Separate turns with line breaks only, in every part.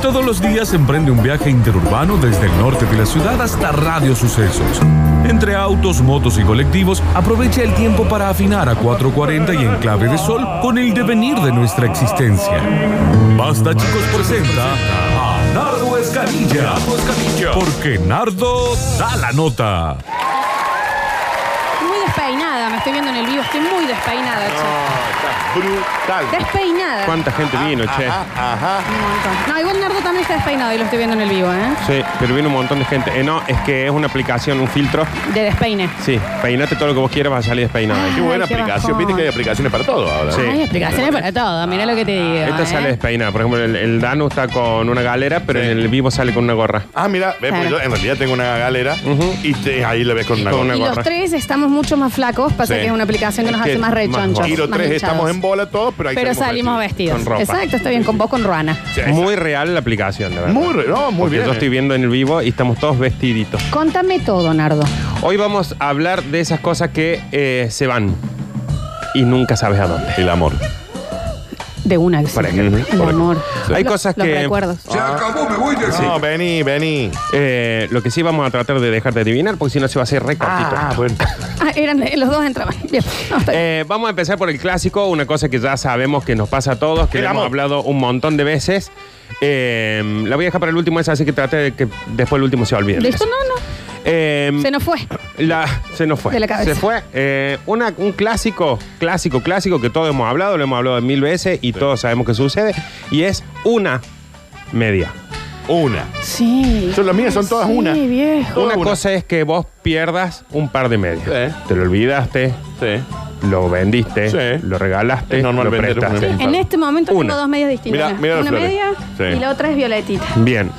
Todos los días emprende un viaje interurbano desde el norte de la ciudad hasta Radio Sucesos. Entre autos, motos y colectivos, aprovecha el tiempo para afinar a 440 y Enclave de Sol con el devenir de nuestra existencia. Basta, chicos, presenta a Nardo Escanilla. Porque Nardo da la nota.
Muy despeinada, me estoy viendo en el vivo, estoy muy despeinada, che.
está brutal.
Despeinada.
¿Cuánta gente vino, che?
Un montón. No, igual Nardo también está despeinado y lo estoy viendo en el vivo, ¿eh?
Sí, pero vino un montón de gente. Eh, no, es que es una aplicación, un filtro.
De despeine.
Sí, peinate todo lo que vos quieras, vas a salir despeinado.
Qué buena
Ay, qué
aplicación.
bajón.
Viste que hay aplicaciones para todo ahora.
Sí.
Hay explicaciones para todo, mira lo que te digo.
Esta
¿eh?
sale despeinada. Por ejemplo, el, el Danu está con una galera, pero
Sí.
en el vivo sale con una gorra.
Ah, mira, ves, porque
Claro.
yo en realidad tengo una galera
Ujú.
y te- ahí la ves con una
Con una
gorra.
Y los
gorra.
tres estamos mucho más flacos, pasa
Sí.
que es una aplicación que
Es
nos
que
hace más
más
rechonchos.
gorra.
Y los
más
tres
hinchados.
estamos en bola todos, pero ahí
Pero salimos vestidos.
Con ropa.
Exacto, está bien, con vos con Ruana.
Sí, exacto.
Muy real la aplicación, de verdad.
Muy re- no, muy
Porque
bien,
Yo
eh.
estoy viendo en el vivo y estamos todos vestiditos.
Contame todo, Nardo.
Hoy vamos a hablar de esas cosas que eh, se van y nunca sabes a dónde.
El amor.
De una acción.
Por ejemplo.
El
Por
amor.
ejemplo. Hay
Lo-
cosas
los
que-
recuerdos.
Se acabó, me voy de
No, vení, vení.
Eh, lo que sí vamos a tratar de dejar de adivinar, porque si no se va a hacer re cortito.
bueno.
Ah, eran eh, los dos entraban. Bien. No, está bien.
Eh, vamos a empezar por el clásico, una cosa que ya sabemos que nos pasa a todos, que
El
le hemos
amor.
hablado un montón de veces. Eh, la voy a dejar para el último, esa, así que trate de que después el último se olvide.
De esto no, no.
Eh,
Se nos fue.
la- se nos fue.
De la cabeza.
Se fue. eh, una- un clásico, clásico, clásico que todos hemos hablado, lo hemos hablado mil veces y todos sabemos que sucede, y es una media.
Una.
Sí.
Son las mías, son todas
Sí,
una.
viejo.
Una
Una.
cosa es que vos pierdas un par de medias.
Sí.
Te lo olvidaste,
Sí.
lo vendiste,
Sí.
lo regalaste,
Es normal
lo
vender una
prestaste.
media.
En este momento
Una.
tengo dos medias distintas.
Mirá, mirá las
una
flores.
media
Sí.
y la otra es violetita.
Bien.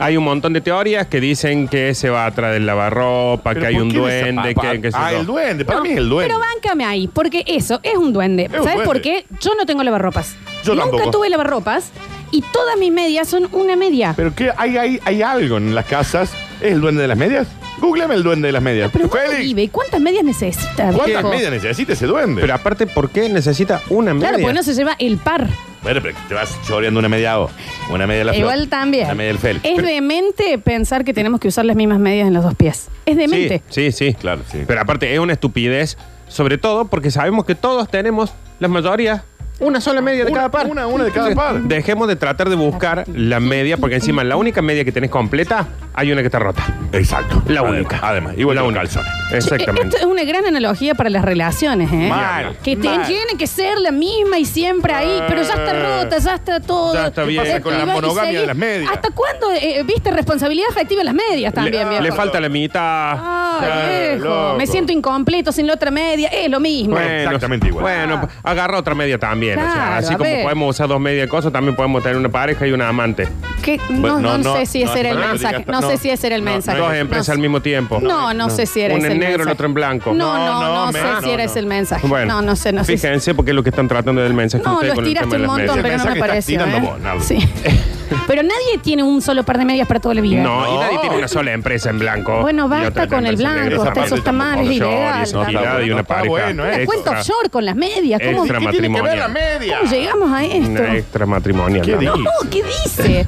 Hay un montón de teorías que dicen que se va atrás del lavarropa, que hay un duende, que, que sé
Ah,
yo.
el duende. Para
No,
mí es el duende.
Pero báncame ahí, porque eso es un duende.
un
¿Sabes
duende.
por qué? Yo no tengo lavarropas.
Yo
Nunca
tampoco.
tuve lavarropas y todas mis medias son una media.
Pero que hay, hay, hay algo en las casas. ¿Es el duende de las medias? Googleame el duende de las medias.
Pero ¿cuánto
Félix,
vive? ¿Y ¿Cuántas medias necesita?
¿cuántas
viejo?
medias necesita ese duende?
Pero aparte, ¿por qué necesita una media?
Claro, porque no se lleva el par.
Bueno, pero te vas choreando una media a vos, una media a la flor,
Igual también.
Una media del Félix.
Es
Pero-
demente pensar que tenemos que usar las mismas medias en los dos pies. Es demente.
Sí, sí, sí.
Claro, sí.
Pero aparte, es una estupidez, sobre todo porque sabemos que todos tenemos, la mayoría, una sola media de
Una-
cada par.
una- una de cada
Entonces,
par.
Dejemos de tratar de buscar la media, porque encima la única media que tenés completa, hay una que está rota.
Exacto.
La
Además,
única.
Además, igual
la
que los
única.
calzones.
Exactamente.
Eh, Esto es una gran analogía para las relaciones, ¿eh?
Mal.
Que te-
mal.
tiene que ser la misma y siempre ahí, pero ya está rota, ya está todo.
Ya está bien.
Eh,
Pasa con
y
la
vas y
monogamia
seguís.
de las medias.
¿Hasta cuándo eh, viste responsabilidad afectiva en las medias también,
le,
viejo?
le falta la mitad.
Ah, viejo,
loco.
Me siento incompleto sin la otra media. Es lo mismo.
Bueno,
Exactamente igual.
Bueno, agarra otra media también. o sea,
Claro,
así
a
como
ver.
podemos usar dos medias de cosas, también podemos tener una pareja y una amante.
Que-
Bueno,
no, no,
no,
sé si
no,
ese era
no
el
lo
mensaje.
digas,
No,
no.
sé si ese era el
No, no,
mensaje.
Dos empresas
No
al mismo tiempo.
No, no sé si era
Uno
ese
en negro, el
mensaje.
otro en blanco.
No, no,
No,
no,
no,
sé
men-
si era
no,
ese el mensaje.
Bueno,
no, no sé, no sé. si-
Fíjense porque es lo que están tratando del mensaje
No,
ustedes
lo
con el
estiraste
tema de
un
las
montón,
medias.
pero no me
mensaje que estás
pareció.
tirando
¿eh?
vos, Nardo.
Sí. pero nadie tiene un solo par de medias para toda la vida.
No, y
No.
nadie tiene una sola empresa en blanco.
Bueno,
Y
basta
otra
con el
empresa en
blanco,
negro.
usted,
Esa
eso
parte
está mal,
tampoco.
es
Yo,
ilegal,
y
está
seguridad
bueno,
y una
está
pareja
bueno, ¿eh?
La cuento
extra-
short con las medias. ¿Cómo,
Extra
¿Qué tiene que ver la
matrimonial.
media?
cómo llegamos a esto?
Una extra matrimonial.
¿Qué
nada más.
dices?
No, ¿qué dice?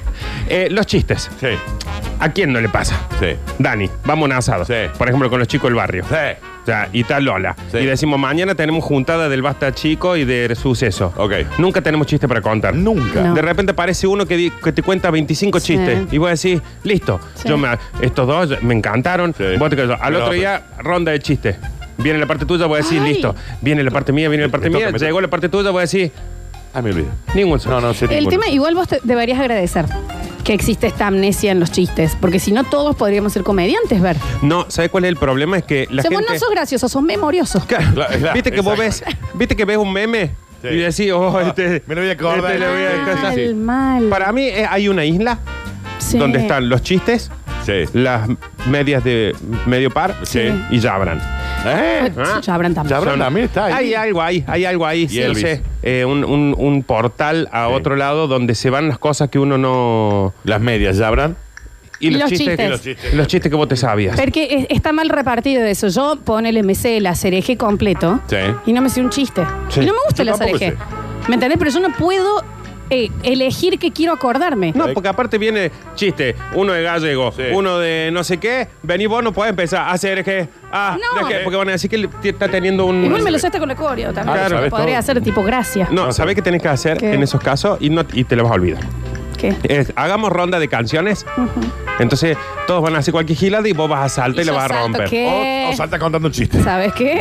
Eh, los chistes.
Sí,
¿A quién no le pasa?
sí,
Dani, vamos a un asado.
Sí.
Por ejemplo, con los chicos del barrio.
sí.
Ya, y está Lola.
Sí.
Y decimos, mañana tenemos juntada del Basta Chico y de Suceso.
Ok.
Nunca tenemos chiste para contar.
Nunca.
No.
De repente aparece uno que, di- que te cuenta 25
Sí.
chistes. Y vos decís, listo,
Sí.
yo me- estos dos me encantaron.
Sí.
Vos te quedás- Al
Pero,
otro
pero-
día, ronda de chistes. Viene la parte tuya, voy a decir,
Ay.
listo. Viene la parte mía, viene la parte
Me toca,
mía.
me toca.
Llegó la parte tuya, voy a decir,
Ah, me olvidé.
ningún solo.
No, no sé.
El
ninguno.
tema, igual vos te- deberías agradecer que existe esta amnesia en los chistes, porque si no todos podríamos ser comediantes, ver.
No, ¿sabes cuál es el problema? Es que
o
la
sea, vos
gente...
no sos gracioso, sos memorioso.
Claro.
Claro, claro,
viste que vos ves,
exacto.
viste que ves un meme
Sí.
y decís, oh, este,
me lo voy a acordar.
este lo voy a
Sí,
descansar.
Mal,
sí.
mal.
Para mí eh, hay una isla
Sí.
donde están los chistes,
Sí.
las medias de medio par
Sí.
y ya habrán.
¿Eh?
Ah, Ya habrán también.
Ya habrá también está ahí.
Hay algo ahí, hay algo ahí. sí,
Elvis.
sé, eh, un, un- un portal a
Sí.
otro lado donde se van las cosas que uno no...
Las medias, ¿ya habrán?
Y
Los chistes.
Que, los, chistes. los chistes que vos te sabías.
Porque es- está mal repartido eso. Yo pongo el MC, la cereje completo
Sí.
Eh. y no me sé un chiste.
Sí.
Y no me gusta
Yo
la
tampoco
cereje. ¿Me entendés? Pero yo no puedo eh, elegir que quiero acordarme.
No, porque aparte viene chiste, uno de gallego,
Sí.
uno de no sé qué, vení vos no podés empezar a hacer que, ah,
No.
de que, porque van a decir que le- t- está teniendo un...
Igual me lo sé hasta con el coreo también.
Ah, ¿sabes
Podría
todo?
hacer tipo gracias.
No, ¿sabés qué tenés que hacer
¿Qué?
en esos casos? Y, no, y te lo vas a olvidar.
¿Qué?
Es, hagamos ronda de canciones, entonces todos van a hacer cualquier gilada y vos vas a saltar y,
Y
la
yo
vas a
salto,
romper.
¿qué? Eh.
O, o Oh, salta contando un chiste.
¿Sabes qué?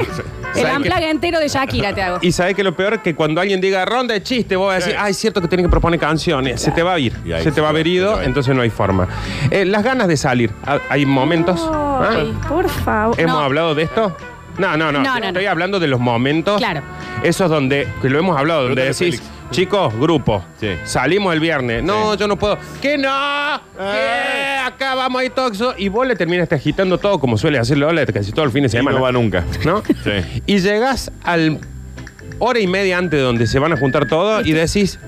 El
qué?
amplaga entero de Shakira te hago.
Y sabés que lo peor es que cuando alguien diga ronda de chiste, vos vas a decir,
Sí.
ah, es cierto que tienes que proponer canciones. Se te va a ir.
Y ahí
Se te
se
va
va,
a haber
se te
ido,
va a ir.
entonces no hay forma. Eh, las ganas de salir. Ah, Hay momentos.
Ay,
¿ah?
por favor.
¿Hemos
No.
hablado de esto? No, no, no.
No, no,
Estoy
no.
hablando de los momentos.
Claro.
Esos donde, que lo hemos hablado, donde
Pregúntale,
decís, chicos, grupo,
Sí.
salimos el viernes. No,
Sí.
yo no puedo. ¡Que no!
Eh.
¿Qué? Acá vamos a ir toxo. Y vos le terminas agitando todo como suele hacerlo Lola casi todo el fin de
Y
semana.
no va nunca.
¿no?
Sí.
Y llegás al hora y media antes de donde se van a juntar todos y decís,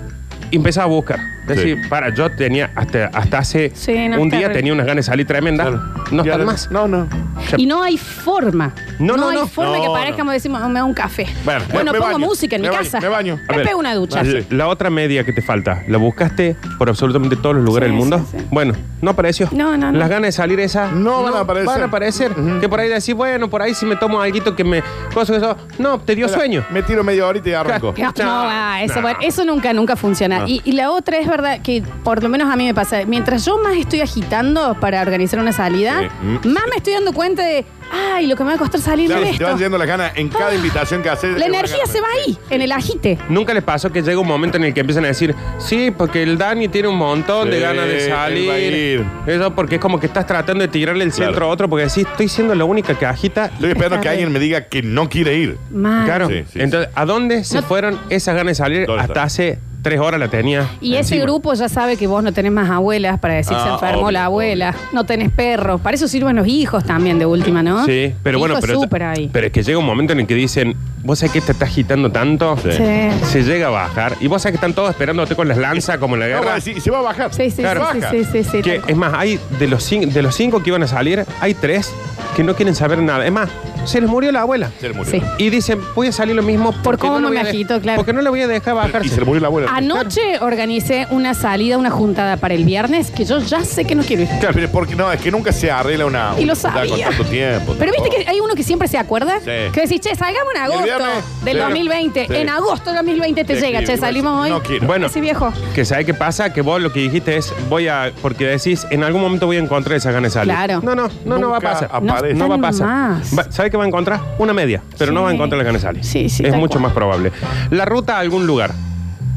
y empezás a buscar. Decís, para, yo tenía, hasta, hasta hace
Sí, no,
un
está
día
re-
tenía unas ganas de salir tremenda. No
Y
están
ahora-
más.
No, no.
Y no hay forma.
No, no,
hay
no.
forma que
No,
parezca,
no.
como decimos, "Ah, me da un café. Bueno,
Bueno, me
pongo
baño,
música en mi
me baño,
casa.
me baño.
Me
A
ver,
pego una ducha.
La, la otra media que te falta, ¿la buscaste por absolutamente todos los lugares
Sí,
del mundo?
sí, sí.
Bueno, no apareció.
No, no, no.
Las ganas de salir esas
No van a aparecer.
Van a aparecer. Que por ahí decís, bueno, por ahí si me tomo algo que me. Cosa que eso. No, te dio
Espera,
sueño.
Me tiro media horita y arranco.
No,
No,
no, ah, eso,
no.
bueno, eso nunca, nunca funciona. Y, y la otra es verdad que, por lo menos a mí me pasa, mientras yo más estoy agitando para organizar una salida,
Sí. Mm.
más me estoy dando cuenta de, ay, lo que me va a costar salir
Claro,
de
te van
esto.
yendo las ganas en cada invitación que haces.
Ah. La energía se va ahí, en el agite.
Nunca les pasó que llega un momento en el que empiezan a decir, sí, porque el Dani tiene un montón de
Sí,
ganas de
él va a
salir.
ir.
Eso porque es como que estás tratando de tirarle el
Claro.
centro a otro porque decís, estoy siendo la única que agita.
Ah.
Estoy esperando que
Claro.
alguien me diga que no quiere ir.
Mal.
Claro.
Sí, sí,
Entonces, ¿a dónde se
No-
fueron esas ganas de salir?
¿Dónde
Hasta
está?
hace tres horas la tenía.
Y ese
encima.
grupo ya sabe que vos no tenés más abuelas para decir
Ah,
se enfermó
obvio,
la abuela, no tenés perros. Para eso sirven los hijos también, de última, ¿no?
Sí, pero bueno,
Hijos
pero,
súper ahí.
pero es que llega un momento en el que dicen, vos sabés que te está agitando tanto,
eh.
Sí.
se llega a bajar, y vos sabés que están todos esperándote con las lanzas como en la
No,
guerra.
va, sí, se va a bajar.
Sí, sí,
Claro,
sí,
baja.
sí, sí, sí, sí,
que,
tal cual.
es más, hay de los, cin- de los cinco que iban a salir, hay tres que no quieren saber nada. Es más, se les murió la abuela.
Se le murió.
Sí.
Y dicen, voy a salir lo mismo. porque
cómo
lo
me
voy a de-
agito, claro.
Porque no le voy a dejar
Y
bajarse.
se le murió la abuela.
Anoche organicé una salida, una juntada para el viernes que yo ya sé que no quiero ir.
Claro, pero porque, no, es que nunca se arregla una.
Y lo
una juntada
sabía.
Con tanto tiempo.
Pero viste
tampoco.
que hay uno que siempre se acuerda.
Sí.
Que decís, che, salgamos en
el
agosto
viernes?
del
Sí.
2020.
Sí.
En agosto del 2020 te
Te
llega, che,
escribe,
salimos hoy.
no quiero.
Bueno.
Sí, viejo.
Que sabe qué pasa, que vos lo que dijiste es, voy a, porque decís, en algún momento voy a encontrar esas ganas de salir.
Claro.
No, no, no, no va a
Nunca
pasar.
No aparece.
No va a
están
pasar.
más.
Va- ¿Sabe qué va a encontrar? Una media, pero no
Sí.
va a encontrar las ganas de salir.
Sí, sí,
Es
tal
mucho
cual.
más probable. La ruta a algún lugar.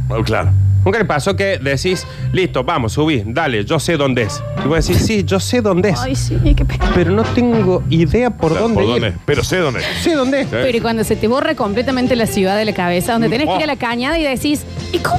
Oh, claro.
Nunca le pasó que decís, listo, vamos, subí, dale, yo sé dónde es. Y vos decís, sí, yo sé dónde es,
Ay, sí, qué pena.
pero no tengo idea por
Claro,
dónde
¿Por
ir.
dónde? Pero sé dónde.
Sé dónde es.
Pero y cuando se te borra completamente la ciudad de la cabeza, donde tenés que ir a la cañada y decís, ¿y cómo?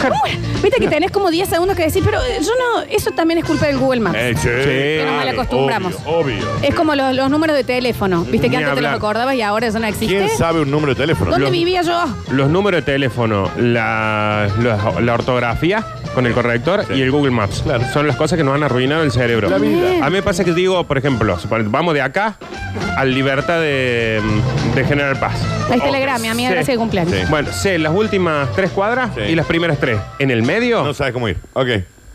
¿Cómo? Viste que tenés como 10 segundos que decís, pero eh, yo no, eso también es culpa del Google Maps.
Eh, sí,
Pero
nos
claro,
malacostumbramos.
Obvio. obvio.
Es como los, los números de teléfono. Viste que
Ni
antes te los
hablar.
acordabas y ahora eso no existe.
¿Quién sabe un número de teléfono?
¿Dónde
Los-
vivía yo?
Los números de teléfono, la, la- la ortografía con el corrector
Sí.
y el Google Maps.
Claro.
Son las cosas que nos han arruinado el cerebro.
La vida.
A mí me pasa que digo, por ejemplo, supone- vamos de acá al Libertad de, de General Paz.
Ahí está la Grammy, amiga,
Sí.
gracias de cumpleaños.
Sí.
Bueno, sé las últimas tres cuadras
Sí.
y las primeras tres. En el medio
No sabes cómo ir. Ok.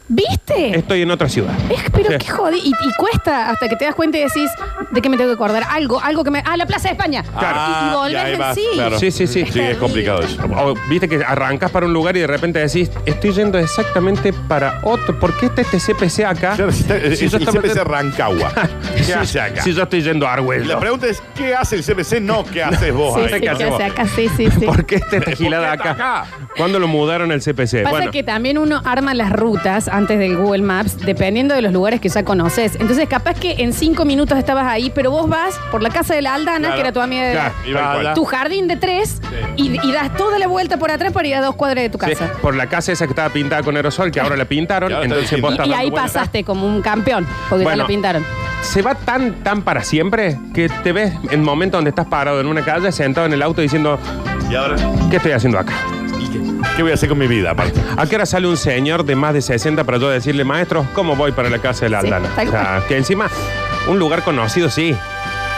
¿Viste?
estoy en otra ciudad.
Es- pero
Sí.
qué jodido. Y, y cuesta hasta que te das cuenta y decís, ¿de qué me tengo que acordar? Algo, algo que me. Ah, la Plaza de España.
Claro.
Y- y volvés
Ah, ahí
en
vas,
sí.
claro.
Sí, sí, sí.
Sí, es complicado eso.
O viste que arrancas para un lugar y de repente decís, estoy yendo exactamente para otro. ¿Por qué está este CPC acá?
Claro, si está, eh,
Si
el
yo estaba-
CPC Rancagua.
Si-
¿Qué hace acá?
Si yo estoy yendo a Argüello.
La pregunta es, ¿qué hace el CPC? No, ¿qué haces vos
Sí,
ahí?
sí,
¿qué
que
hacemos?
hace acá, sí, sí, sí.
¿Por qué está esta gilada
está
acá?
acá?
¿Cuándo lo mudaron al CPC?
Pasa
bueno,
que eh, también uno arma las rutas antes del Google Maps, dependiendo de los lugares que ya conoces. Entonces, capaz que en cinco minutos estabas ahí, pero vos vas por la casa de la Aldana,
Claro.
que era tu amiga de
Claro.
Y va allá.
tu jardín de tres, y, y das toda la vuelta por atrás para ir a dos cuadras de tu
sí,
casa.
por la casa esa que estaba pintada con aerosol, que ahora la pintaron,
Y ahora está
entonces
distinta.
vos estás
Y, y
dando
ahí
vueltas.
pasaste como un campeón, porque
Bueno.
ya lo pintaron.
Se va tan, tan para siempre que te ves en momentos donde estás parado en una calle, sentado en el auto diciendo,
¿Y ahora?
¿qué estoy haciendo acá?
¿Y qué? ¿Qué voy a hacer con mi vida, aparte?
¿A qué hora sale un señor de más de 60 para yo decirle, maestro, cómo voy para la casa de la
Sí,
Aldana?
tal
O sea, que encima, un lugar conocido, sí.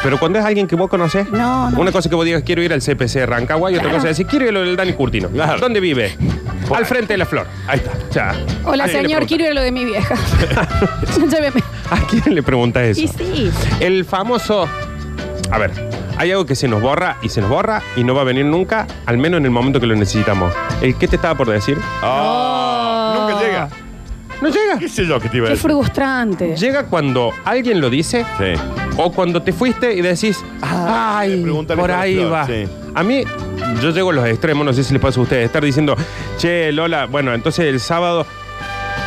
Pero cuando es alguien que vos conocés,
No, no.
una cosa que vos digas, quiero ir al CPC de Rancagua, y otra
Claro.
cosa es decir, quiero ir al Dani Curtino.
Claro.
¿Dónde vive? Al frente de la flor. Ahí está. Ya.
Hola,
¿A quién le
señor,
preguntás?
quiero ir a lo de mi vieja. Lléveme.
¿A quién le preguntas eso?
Y sí.
El famoso. A ver, hay algo que se nos borra y se nos borra y no va a venir nunca, al menos en el momento que lo necesitamos. ¿El qué te estaba por decir?
Ah,
No.
Nunca llega.
No llega.
¿Qué sé yo que te iba a
Qué
decir?
frustrante.
Llega cuando alguien lo dice
Sí.
o cuando te fuiste y decís, ay,
pregúntale
por
por
ahí
Flor,
va.
sí.
A mí, yo llego a los extremos, no sé si les pasa a ustedes, estar diciendo, che, Lola, bueno, entonces el sábado,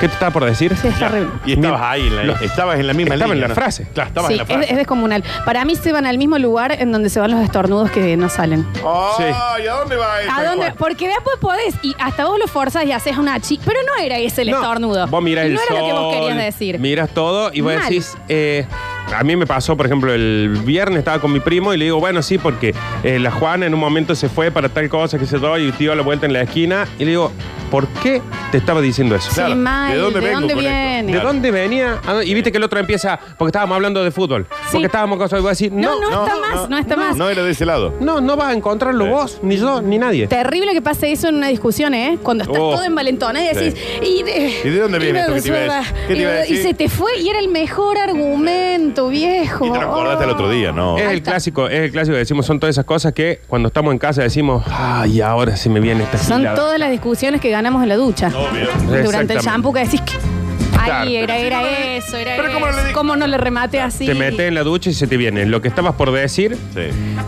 ¿qué te estaba por decir?
Sí, es terrible.
Y estabas ahí, en la-
Lo-
estabas en la misma
Estaba en
línea,
la frase.
Claro, estabas
Sí,
en la frase.
es, es descomunal. Para mí se van al mismo lugar en donde se van los estornudos que no salen.
Oh,
Sí.
¿y a dónde va eso?
¿A dónde? Porque después podés, y hasta vos lo forzas y haces una chi. Pero no era ese el
No,
estornudo.
Vos mirás
no
el
era lo que vos
sol,
querías decir.
Miras todo y vos
Mal.
decís. eh, a mí me pasó, por ejemplo, el viernes estaba con mi primo y le digo, bueno, sí, porque eh, la Juana en un momento se fue para tal cosa que se dio y dio la vuelta en la esquina. Y le digo, ¿por qué te estaba diciendo eso?
Sí,
Claro,
mal.
¿de dónde vengo con
viene?
¿De dónde venía? Ah, Y viste que el otro empieza, porque estábamos hablando de fútbol,
Sí.
porque estábamos con eso, y vos decís,
No,
no,
no,
no,
está más, no, está más.
No era de ese lado.
no, vas a encontrarlo
Sí.
vos, ni yo, ni nadie.
Terrible que pase eso en una discusión, ¿eh? Cuando estás
Oh.
todo envalentonado y decís, ¿y, de,
¿Y de dónde viene esto que te iba a decir? ¿Qué te iba a
y-
decir?
Y se te fue y era el mejor argumento, viejo.
Y te lo acordaste el otro día, ¿no?
Es
Ahí
el
está.
clásico, es el clásico que decimos, son todas esas cosas que cuando estamos en casa decimos, ay, ahora se me viene esta
Son
gilada".
todas las discusiones que ganamos en la ducha.
Obvio.
Durante el
Exactamente.
shampoo que decís, que-
Claro,
ay,
pero
era,
si
era
no le-
eso, era
pero ¿cómo no le
eso.
dije?
¿Cómo no le remate así?
Te metes en la ducha y se te viene lo que estabas por decir,
Sí.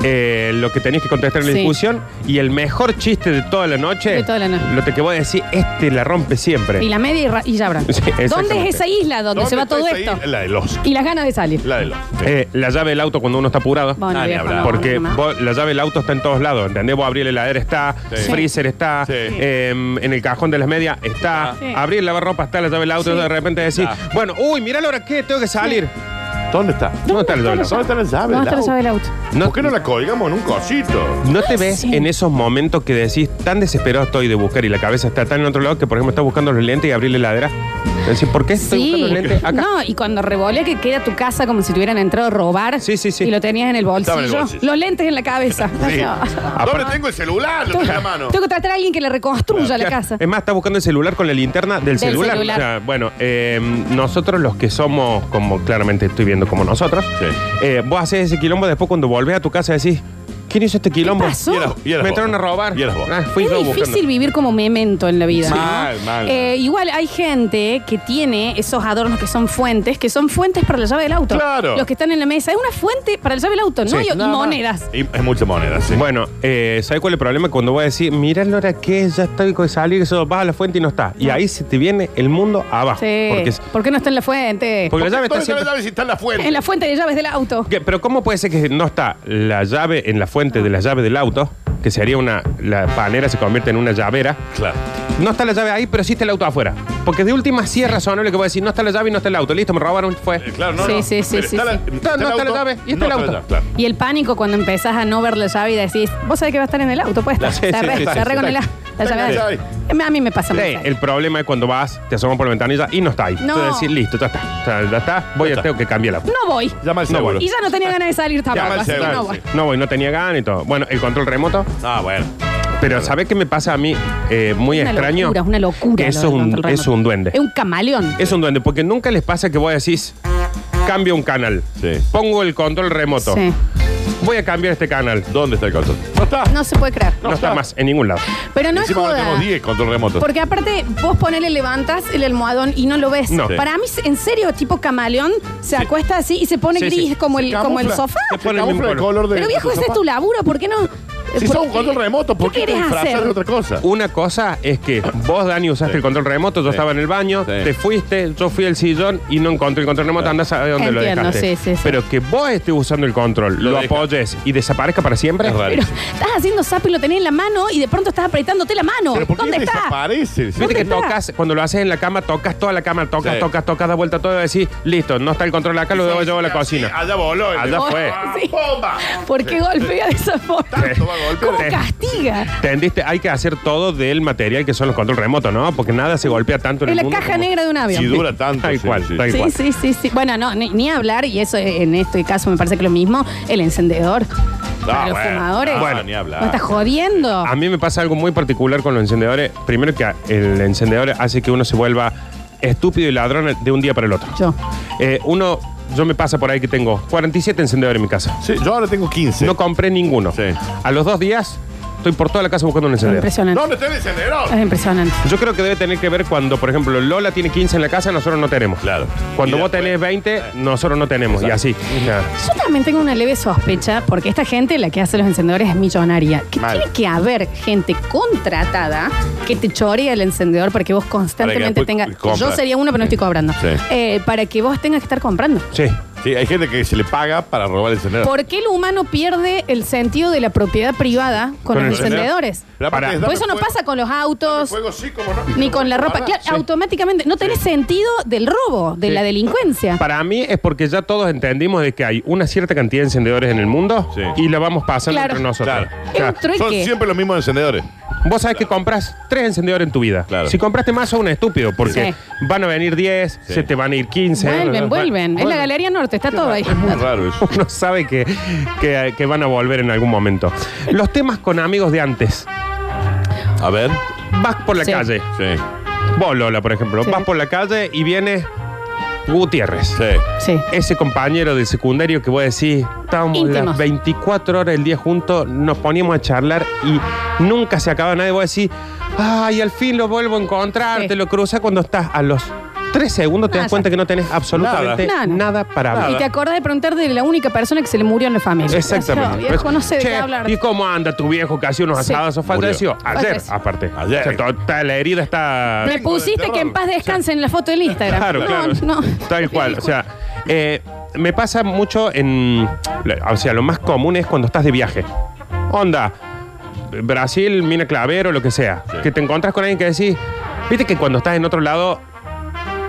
eh, lo que tenés que contestar en la
Sí.
discusión y el mejor chiste de toda la noche.
De toda la noche.
Lo que te voy a decir, este la rompe siempre.
Y la media y ra- y, ya habrá.
Sí,
¿Dónde
exactamente.
es esa isla donde se va
está
todo
esa
esto?
isla? La de los.
Y las ganas de salir.
La de los. Sí.
Eh, la llave del auto cuando uno está apurado.
Bueno,
Ah, ni
viejo,
hablar.
no,
Porque
no, no, no.
vos- la llave del auto está en todos lados, ¿entendés? Vos abrir el heladero está,
Sí.
freezer está,
Sí. Ah.
em, en el cajón de las medias está,
Sí.
abrir el lavarropa está, la llave del auto,
Sí.
de repente decís,
Está.
bueno, uy, mirá la hora que tengo que salir.
¿Dónde está?
No está la llave del auto.
¿Dónde está la llave?
¿Dónde está la
Lau?
llave del auto?
No-
¿Por qué no la colgamos en un cosito?
¿No te ves
Sí.
en esos momentos que decís tan desesperado estoy de buscar y la cabeza está tan en otro lado que, por ejemplo, estás buscando los lentes y abrir la heladera? Decís, ¿por qué estoy buscando los lentes acá?
No, y cuando revolea que queda tu casa como si te hubieran entrado a robar.
Sí, sí, sí.
Y lo tenías en el bolsillo.
Estaba en el bolsillo.
Los lentes en la cabeza.
Sí.
No.
¿Dónde tengo el celular? Lo tengo en la mano.
Tengo que tratar a alguien que le reconstruya la casa.
Es más, estás buscando el celular con la linterna
Del
del, celular.
celular.
O sea, bueno, eh, nosotros los que somos, como claramente estoy viendo como nosotros,
Sí.
eh, vos haces ese quilombo, después cuando volvés a tu casa decís, ¿quién hizo este quilombo?
pasó?
Y eras- y eras vos.
Me entraron a robar.
Y eras vos.
Ah, fui
Es
yo
difícil
buscando.
vivir como memento en la vida. ¿no?
Mal, mal.
Eh, igual hay gente que tiene esos adornos que son fuentes, que son fuentes para la llave del auto.
Claro.
Los que están en la mesa. Es una fuente para la llave del auto, ¿no?
Sí,
y, y
nada más.
monedas.
Y es mucha moneda, sí.
Bueno, eh, ¿sabes cuál es el problema? Cuando voy a decir, mira Lora, que ya estoy con salir, eso vas a la fuente y no está. Y ahí se te viene el mundo abajo.
Ah. Sí.
Porque, es-
¿Por qué no está en la fuente?
porque la llave está
¿Dónde está la
siempre.
llave si está en la fuente?
En la fuente de llaves del auto.
¿Qué? Pero ¿cómo puede ser que no está la llave en la fuente de la llave del auto? Que sería una. La panera se convierte en una llavera.
Claro.
No está la llave ahí, pero sí está el auto afuera. Porque de última sí es razonable que voy a decir, no está la llave y no está el auto. Listo, me robaron, fue.
Eh, Claro, no,
Sí,
no.
sí, sí,
Pero
sí,
está la-
sí.
está
No, no está la llave, y está el
No
auto.
la llave, claro.
Y el pánico cuando empezás a no ver la llave y decís, vos sabés que va a estar en el auto, pues
La- sí, sí,
cerré,
sí, sí,
cerré
sí,
con
sí.
el, la la
Sí.
llave. adentro. A mí me pasa
Sí,
mucho.
el problema es cuando vas, te asomas por la ventanilla y no está ahí.
No.
Entonces decís, listo, ya está. O sea, ya está, voy
Ya
a
está.
tengo que cambiar el auto.
No voy.
Llama al
No,
seguro.
bueno.
Y ya no tenía ganas de salir tampoco,
al
así que
seguro,
no
sí.
voy.
No voy, no tenía ganas y todo. Bueno, el control remoto.
Ah, bueno.
Pero ¿sabés qué me pasa a mí eh, muy
Una
extraño?
locura, una locura.
Que
lo
eso
del
es un,
control
es
remoto.
un duende.
Es un camaleón.
Es un duende, porque nunca les pasa que vos decís, cambio un canal.
Sí.
Pongo el control remoto.
Sí.
Voy a cambiar este canal.
¿Dónde está el control? No está.
No se puede creer.
No,
No
está
está.
más en ningún lado.
Pero no es
Encima ahora
joda.
tenemos 10 control remotos.
Porque aparte, vos ponele, levantas el almohadón y no lo ves.
No. Sí.
Para mí, en serio, tipo camaleón, se acuesta así y se pone
Sí, sí.
gris como, el, como el
Camufla.
sofá.
Se
Se
pone el
camufla
mismo
el
color.
color de.
Pero viejo,
de
ese es
sofá.
tu laburo, ¿por qué no?
Si
¿Por
sos un
qué-
control remoto, ¿por qué te
querés
disfrazás
hacer?
de otra cosa?
Una cosa es que vos, Dani, usaste
Sí.
el control remoto, yo
Sí.
estaba en el baño,
Sí.
te fuiste, yo fui al sillón y no encontré el control remoto, andás a ver dónde
Entiendo,
lo dejaste.
sí, sí, sí.
Pero que vos estés usando el control, lo,
Lo dejas.
apoyes y desaparezca para siempre.
Es raro.
Pero estás haciendo zap y lo tenés en la mano y de pronto estás apretándote la mano.
Pero ¿por qué
¿Dónde está?
desaparece?
Viste que
está?
tocas, cuando lo haces en la cama, tocas toda la cama, tocas,
Sí.
tocas, tocas, da vuelta todo y decís, listo, no está el control acá, lo debo llevar a la
Sí,
cocina.
Allá voló. el-
Allá fue.
Ah,
Sí.
¡Bomba!
¿Por qué golpea de esa forma?
Tanto va a golpear.
¿Cómo castiga?
¿Entendiste? Hay que hacer todo del material que son los control remotos, ¿no? Porque nada se golpea tanto en
Es
el
la
mundo
caja
como-
negra de un avión.
Si dura tanto.
Tal
sí,
cual,
sí.
tal
Sí,
cual.
sí, sí, sí. Bueno, no, ni, ni hablar, y eso en este caso me parece que lo mismo, el encendedor. para los
Ah, bueno,
fumadores.
no,
Bueno.
ni hablar.
¿Me estás jodiendo?
A mí me pasa algo muy particular con los encendedores. Primero que el encendedor hace que uno se vuelva estúpido y ladrón de un día para el otro.
Yo.
Eh, uno, yo me pasa por ahí que tengo 47 encendedores en mi casa.
Sí, yo ahora tengo 15.
No compré ninguno.
Sí.
A los dos días estoy por toda la casa buscando un
Es
encendedor.
impresionante.
¿Dónde está el encendedor?
Es impresionante.
Yo creo que debe tener que ver cuando, por ejemplo, Lola tiene 15 en la casa, nosotros no tenemos.
Claro.
Cuando
Y
vos
después- Eh.
tenés 20, nosotros no tenemos. Y así. Nada.
Yo también tengo una leve sospecha, porque esta gente, la que hace los encendedores, es millonaria. Que
Mal.
tiene que haber gente contratada que te chorea el encendedor para que vos constantemente
después
tengas.
compras.
Yo sería uno, pero no estoy cobrando.
Sí.
Eh, para que vos tengas que estar comprando.
Sí.
Sí, hay gente que se le paga para robar el encendedor.
¿Por qué el humano pierde el sentido de la propiedad privada con,
Con
los
el
encendedores?
La parte
Para.
es
Por
darme
Pues eso no
fuego.
pasa con los
Darme
autos.
fuego sí, cómo no.
Ni con la ropa. Claro, automáticamente. No tenés sentido del robo, de
Sí.
la delincuencia.
Para mí es porque ya todos entendimos de que hay una cierta cantidad de encendedores en el mundo
Sí.
y la vamos pasando
Claro.
entre nosotros.
Claro.
O
Es
sea,
un trueque.
Son siempre los mismos encendedores.
Vos sabés que compras tres encendedores en tu vida.
Claro.
Si compraste más, sos un estúpido, porque van a venir 10,
Sí.
se te van a ir 15.
Vuelven, vuelven. Es la Galería Norte, está todo ahí.
Es muy raro eso.
Uno sabe que, que- que van a volver en algún momento. Los temas con amigos de antes.
A ver.
Vas por la
Sí.
calle.
Sí.
Vos, Lola, por ejemplo.
Sí.
Vas por la calle y viene Gutiérrez.
Sí.
Sí.
Ese compañero de secundario que vos decís, estábamos
Íntimos.
las 24 horas del día juntos, nos poníamos a charlar y nunca se acaba nada. Y vos decís, ay, al fin lo vuelvo a encontrar,
Sí.
te lo cruzas cuando estás a los tres segundos, te
Nada.
das cuenta que no tenés absolutamente
Nada.
nada,
Nada.
para hablar.
Y te acordás de preguntar de la única persona que se le murió en la familia.
Exactamente.
Yo, viejo, no sé de
Che,
qué hablar.
¿Y cómo anda tu viejo que hacía unos
Sí.
asados o
Murió.
falleció? Ayer,
Falleció.
aparte.
Ayer.
O sea, to- ta- la herida está.
Me pusiste
terror.
que en paz descanse en la foto del Instagram.
Claro,
no,
claro.
No.
Tal cual. O sea, eh, me pasa mucho en. O sea, lo más común es cuando estás de viaje. Onda, Brasil, Mina Clavero, lo que sea.
Sí.
Que te encontrás con alguien que decís. Viste que cuando estás en otro lado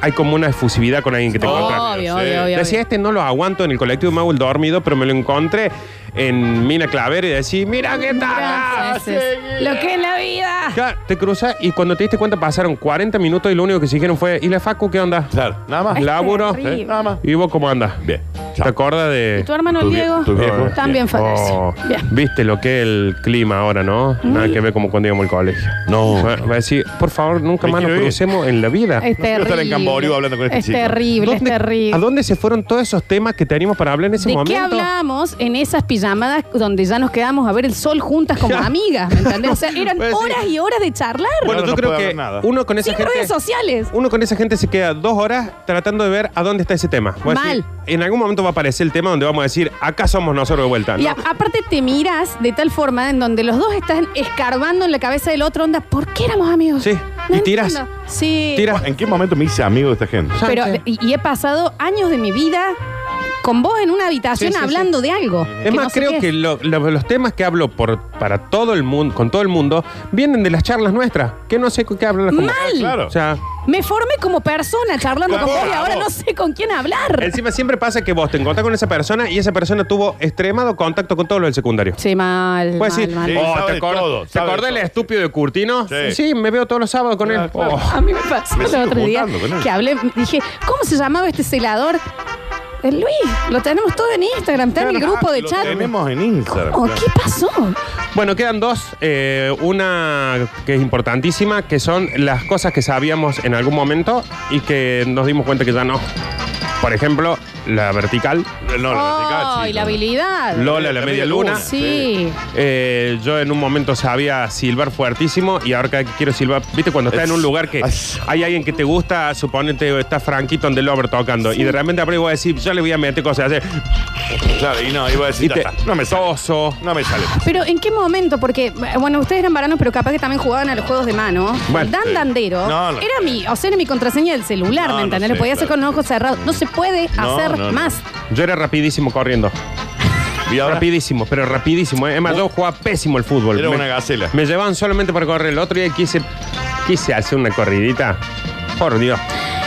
hay como una efusividad con alguien que te
Oh,
encontrás.
Obvio, obvio,
Sí.
obvio, obvio.
Decía, este no lo aguanto en el colectivo, me hago el dormido, pero me lo encontré en Mina Clavero y decís, mira qué tal. ah,
Gracias. Lo que es la vida.
Claro, te cruzas y cuando te diste cuenta pasaron 40 minutos y lo único que se dijeron fue, ¿y la Facu qué onda?
Claro. Nada más.
Ay, Laburo.
terrible.
¿Eh? Nada más.
¿Y vos cómo andas?
Bien.
¿Te acuerdas de...?
Tu hermano
Tu vie-
Diego
tu viejo.
también falleció.
Oh,
Bien. Mm.
Viste lo que es el clima ahora, ¿no? Nada que ver como cuando íbamos al colegio.
No.
Va va a decir, por favor, nunca
Me
más nos
quiero ir.
crucemos en la vida.
Es
quiero
terrible.
estar en Camboriú hablando con este
Es
chico.
terrible, es
¿Dónde-
terrible.
¿A dónde se fueron todos esos temas que teníamos para hablar en ese
¿De
momento?
qué hablamos en esas pijamadas donde ya nos quedamos a ver el sol juntas como amigas? ¿Me entendés? O sea, eran
Pues sí.
horas y horas de charlar
Bueno,
No,
yo
no
creo
puede
que
haber nada.
uno con esa
sin
gente...
redes sociales.
Uno con esa gente se queda dos horas tratando de ver a dónde está ese tema. Vos
Mal.
decís, en algún momento va a aparecer el tema donde vamos a decir, acá somos nosotros de vuelta.
Y
Ah, ¿no?
a- aparte te miras de tal forma en donde los dos están escarbando en la cabeza del otro, onda, ¿por qué éramos amigos?
Sí.
No
Y tiras.
entiendo. Sí.
Tiras.
¿En qué momento me hice amigo de esta gente?
Pero, eh,
Sí.
y, y he pasado años de mi vida con vos en una habitación
Sí, sí, sí.
hablando de algo.
Es más,
no sé
creo
qué es.
que lo- lo- los temas que hablo por, para todo el mundo, con todo el mundo, vienen de las charlas nuestras, que no sé con qué hablan las
Mal.
conversaciones.
Claro.
O sea,
Me formé como persona charlando con
Claro,
vos y ahora
vos.
no sé con quién hablar.
encima siempre pasa que vos te encontrás con esa persona y esa persona tuvo extremado contacto con todo lo del secundario.
Sí, mal.
Puedes
mal,
decir,
mal.
Pues Sí,
"Oh,
sabe
¿te,
de
acor-
todo,
¿te
sabe de
acordás del
todo".
estúpido de Curtino?
Sí.
Sí. me veo todos los sábados con
Claro,
él.
claro.
Oh.
A mí me pasó
Me
el
sigo
otro día
juntando con él.
que hablé, dije, ¿cómo se llamaba este celador? El Luis, lo tenemos todo en Instagram, está en el
Claro,
grupo de
lo
chat.
Tenemos en Instagram.
Oh, ¿Qué pasó?
Bueno, quedan dos. eh, una que es importantísima, que son las cosas que sabíamos en algún momento y que nos dimos cuenta que ya no. Por ejemplo, la vertical.
No,
Oh, y la habilidad.
Lola, la media luna.
Sí.
Eh, yo en un momento sabía silbar fuertísimo y ahora cada que quiero silbar, viste, cuando estás en un lugar que hay alguien que te gusta, suponete está Franquito and the Lover tocando y de repente abrí y voy a decir, yo le voy a meter cosas así.
Claro, y no, iba a
Y
decir,
te,
"Ya está, no me sale.
Oso.
No me sale.
Pero ¿en qué momento? Porque, bueno, ustedes eran varanos, pero capaz que también jugaban a los juegos de mano.
Bueno,
el dan
sí.
dandero
No, no.
era mi, o sea, era mi contraseña del celular,
No,
¿me
no
entendés?
sé,
Lo podía hacer
claro.
con los ojos cerrados. No se puede
No,
hacer
no, no.
más.
Yo era rapidísimo corriendo.
Y ahora
Rapidísimo, pero rapidísimo. eh. Es más, yo jugaba pésimo el fútbol.
Era
me,
una gacela.
me llevaban solamente para correr. El otro día quise, quise hacer una corridita. Por Dios.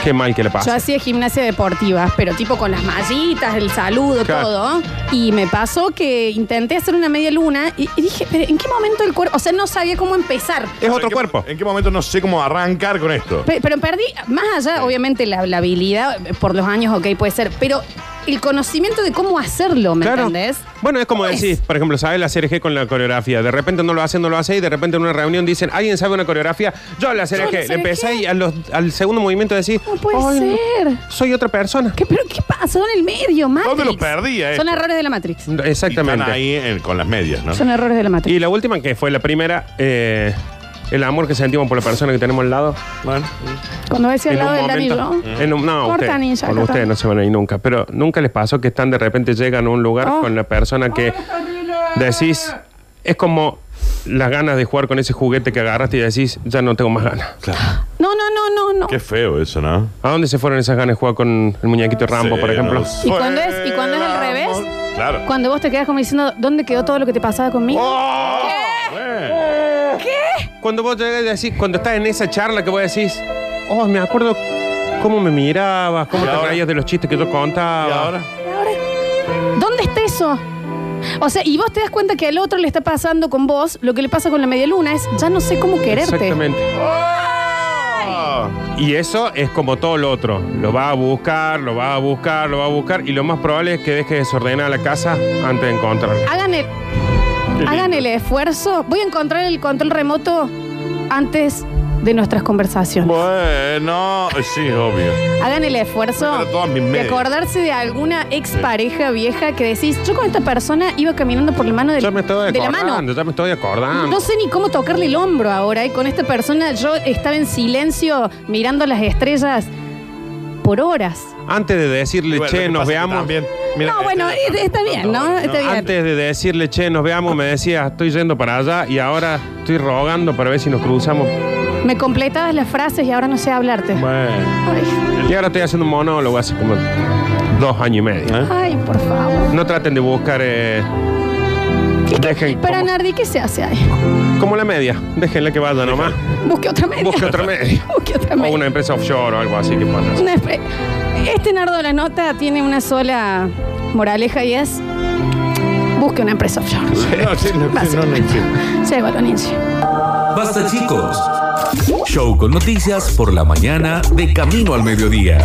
Qué mal que le
Yo
pasa.
hacía gimnasia deportiva, pero tipo con las mallitas, el saludo,
Claro.
todo. Y me pasó que intenté hacer una media luna y, y dije, ¿pero en qué momento el cuerpo? O sea, no sabía cómo empezar.
Es otro
¿En qué-
cuerpo.
¿En qué momento no sé cómo arrancar con esto?
Pe- Pero perdí, más allá, obviamente, la, la habilidad eh, por los años, ok, puede ser, pero el conocimiento de cómo hacerlo, ¿me
Claro.
entendés?
Bueno, es como
¿Cómo
decís, por ejemplo, ¿sabes la CRG con la coreografía? De repente no lo hacen, no lo hacen, y de repente en una reunión dicen, ¿alguien sabe una coreografía? Yo la
la
CRG.
CRG.
Le empecé y a los- al segundo movimiento decís,
¿Cómo puede
"Ay,
ser?
soy otra persona.
¿Qué, ¿Pero qué pasó en el medio, Matrix?
¿Dónde lo perdí a
Son
esto?
errores de la Matrix.
Y
Exactamente.
Están ahí en- con las medias, ¿no?
Son errores de la Matrix.
Y la última, que fue la primera, eh, el amor que sentimos por la persona que tenemos al lado.
Bueno,
Cuando decía al lado del anillo.
en un- no,
Corta, ninja,
usted, con
acá
ustedes
está.
no se van a ir nunca. Pero nunca les pasó que están de repente llegan a un lugar
Oh.
con la persona que decís, es como las ganas de jugar con ese juguete que agarraste y decís, ya no tengo más ganas.
claro.
No, no, no, no, no.
Qué feo eso, ¿no?
¿A dónde se fueron esas ganas de jugar con el muñequito Rambo,
Se
por ejemplo?
nos
¿Y cuándo es-
fue
y cuándo es al
el
revés?
amor. Claro.
Cuando vos te quedas como diciendo, ¿dónde quedó todo lo que te pasaba conmigo?
¡Oh! Bueno.
Cuando vos llegas y decís, cuando estás en esa charla que vos decís, oh, me acuerdo cómo me mirabas, cómo
¿Y
te
ahora?
reías de los chistes que yo contaba.
¿Y ahora?
¿Dónde está eso? O sea, y vos te das cuenta que al otro le está pasando con vos lo que le pasa con la media luna es ya no sé cómo quererte.
Exactamente. Y eso es como todo lo otro. Lo va a buscar, lo va a buscar, lo va a buscar. Y lo más probable es que deje desordenada la casa antes de encontrarlo.
Hagan el, hagan el esfuerzo. Voy a encontrar el control remoto antes de nuestras conversaciones.
Bueno, sí, obvio.
Hagan el esfuerzo
Pero todas mis
de
medias.
acordarse de alguna expareja vieja que decís, yo con esta persona iba caminando por la mano del-
Ya me estoy
de la
acordando,
mano.
ya me estoy acordando.
No sé ni cómo tocarle el hombro ahora. Y con esta persona yo estaba en silencio mirando las estrellas por horas.
Antes de decirle,
Bueno, lo
che,
que
nos
pasa es que
veamos.
también- Mira,
no, bueno,
este-
eh, está bien, ¿no? Está bien.
Antes de decirle, che, nos veamos, me decía, estoy yendo para allá y ahora estoy rogando para ver si nos cruzamos.
Me completabas las frases y ahora no sé hablarte.
Bueno.
Ay,
Y ahora estoy haciendo un monólogo hace como dos años y medio.
¿Eh?
ay, por favor.
No traten de buscar. eh, dejen.
Para
como-
Nardi, ¿qué se hace ahí?
Como la media, déjenla que vaya nomás.
Busque otra media.
Busque otra media.
Busque otra
O
media.
una empresa offshore o algo así que puedan hacer.
Una espre- Este Nardo de la nota tiene una sola moraleja y es busque una empresa offshore.
No, sí, no, sí, no, no, sí.
Llévalo, Ninja.
Basta chicos. Show con noticias por la mañana de camino al mediodía.